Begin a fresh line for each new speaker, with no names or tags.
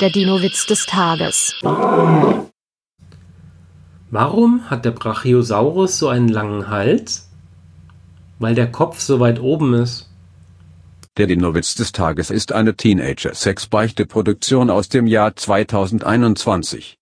Der Dino-Witz des Tages.
Warum hat der Brachiosaurus so einen langen Hals? Weil der Kopf so weit oben ist.
Der Dinowitz des Tages ist eine Teenager-Sex-Beichte-Produktion aus dem Jahr 2021.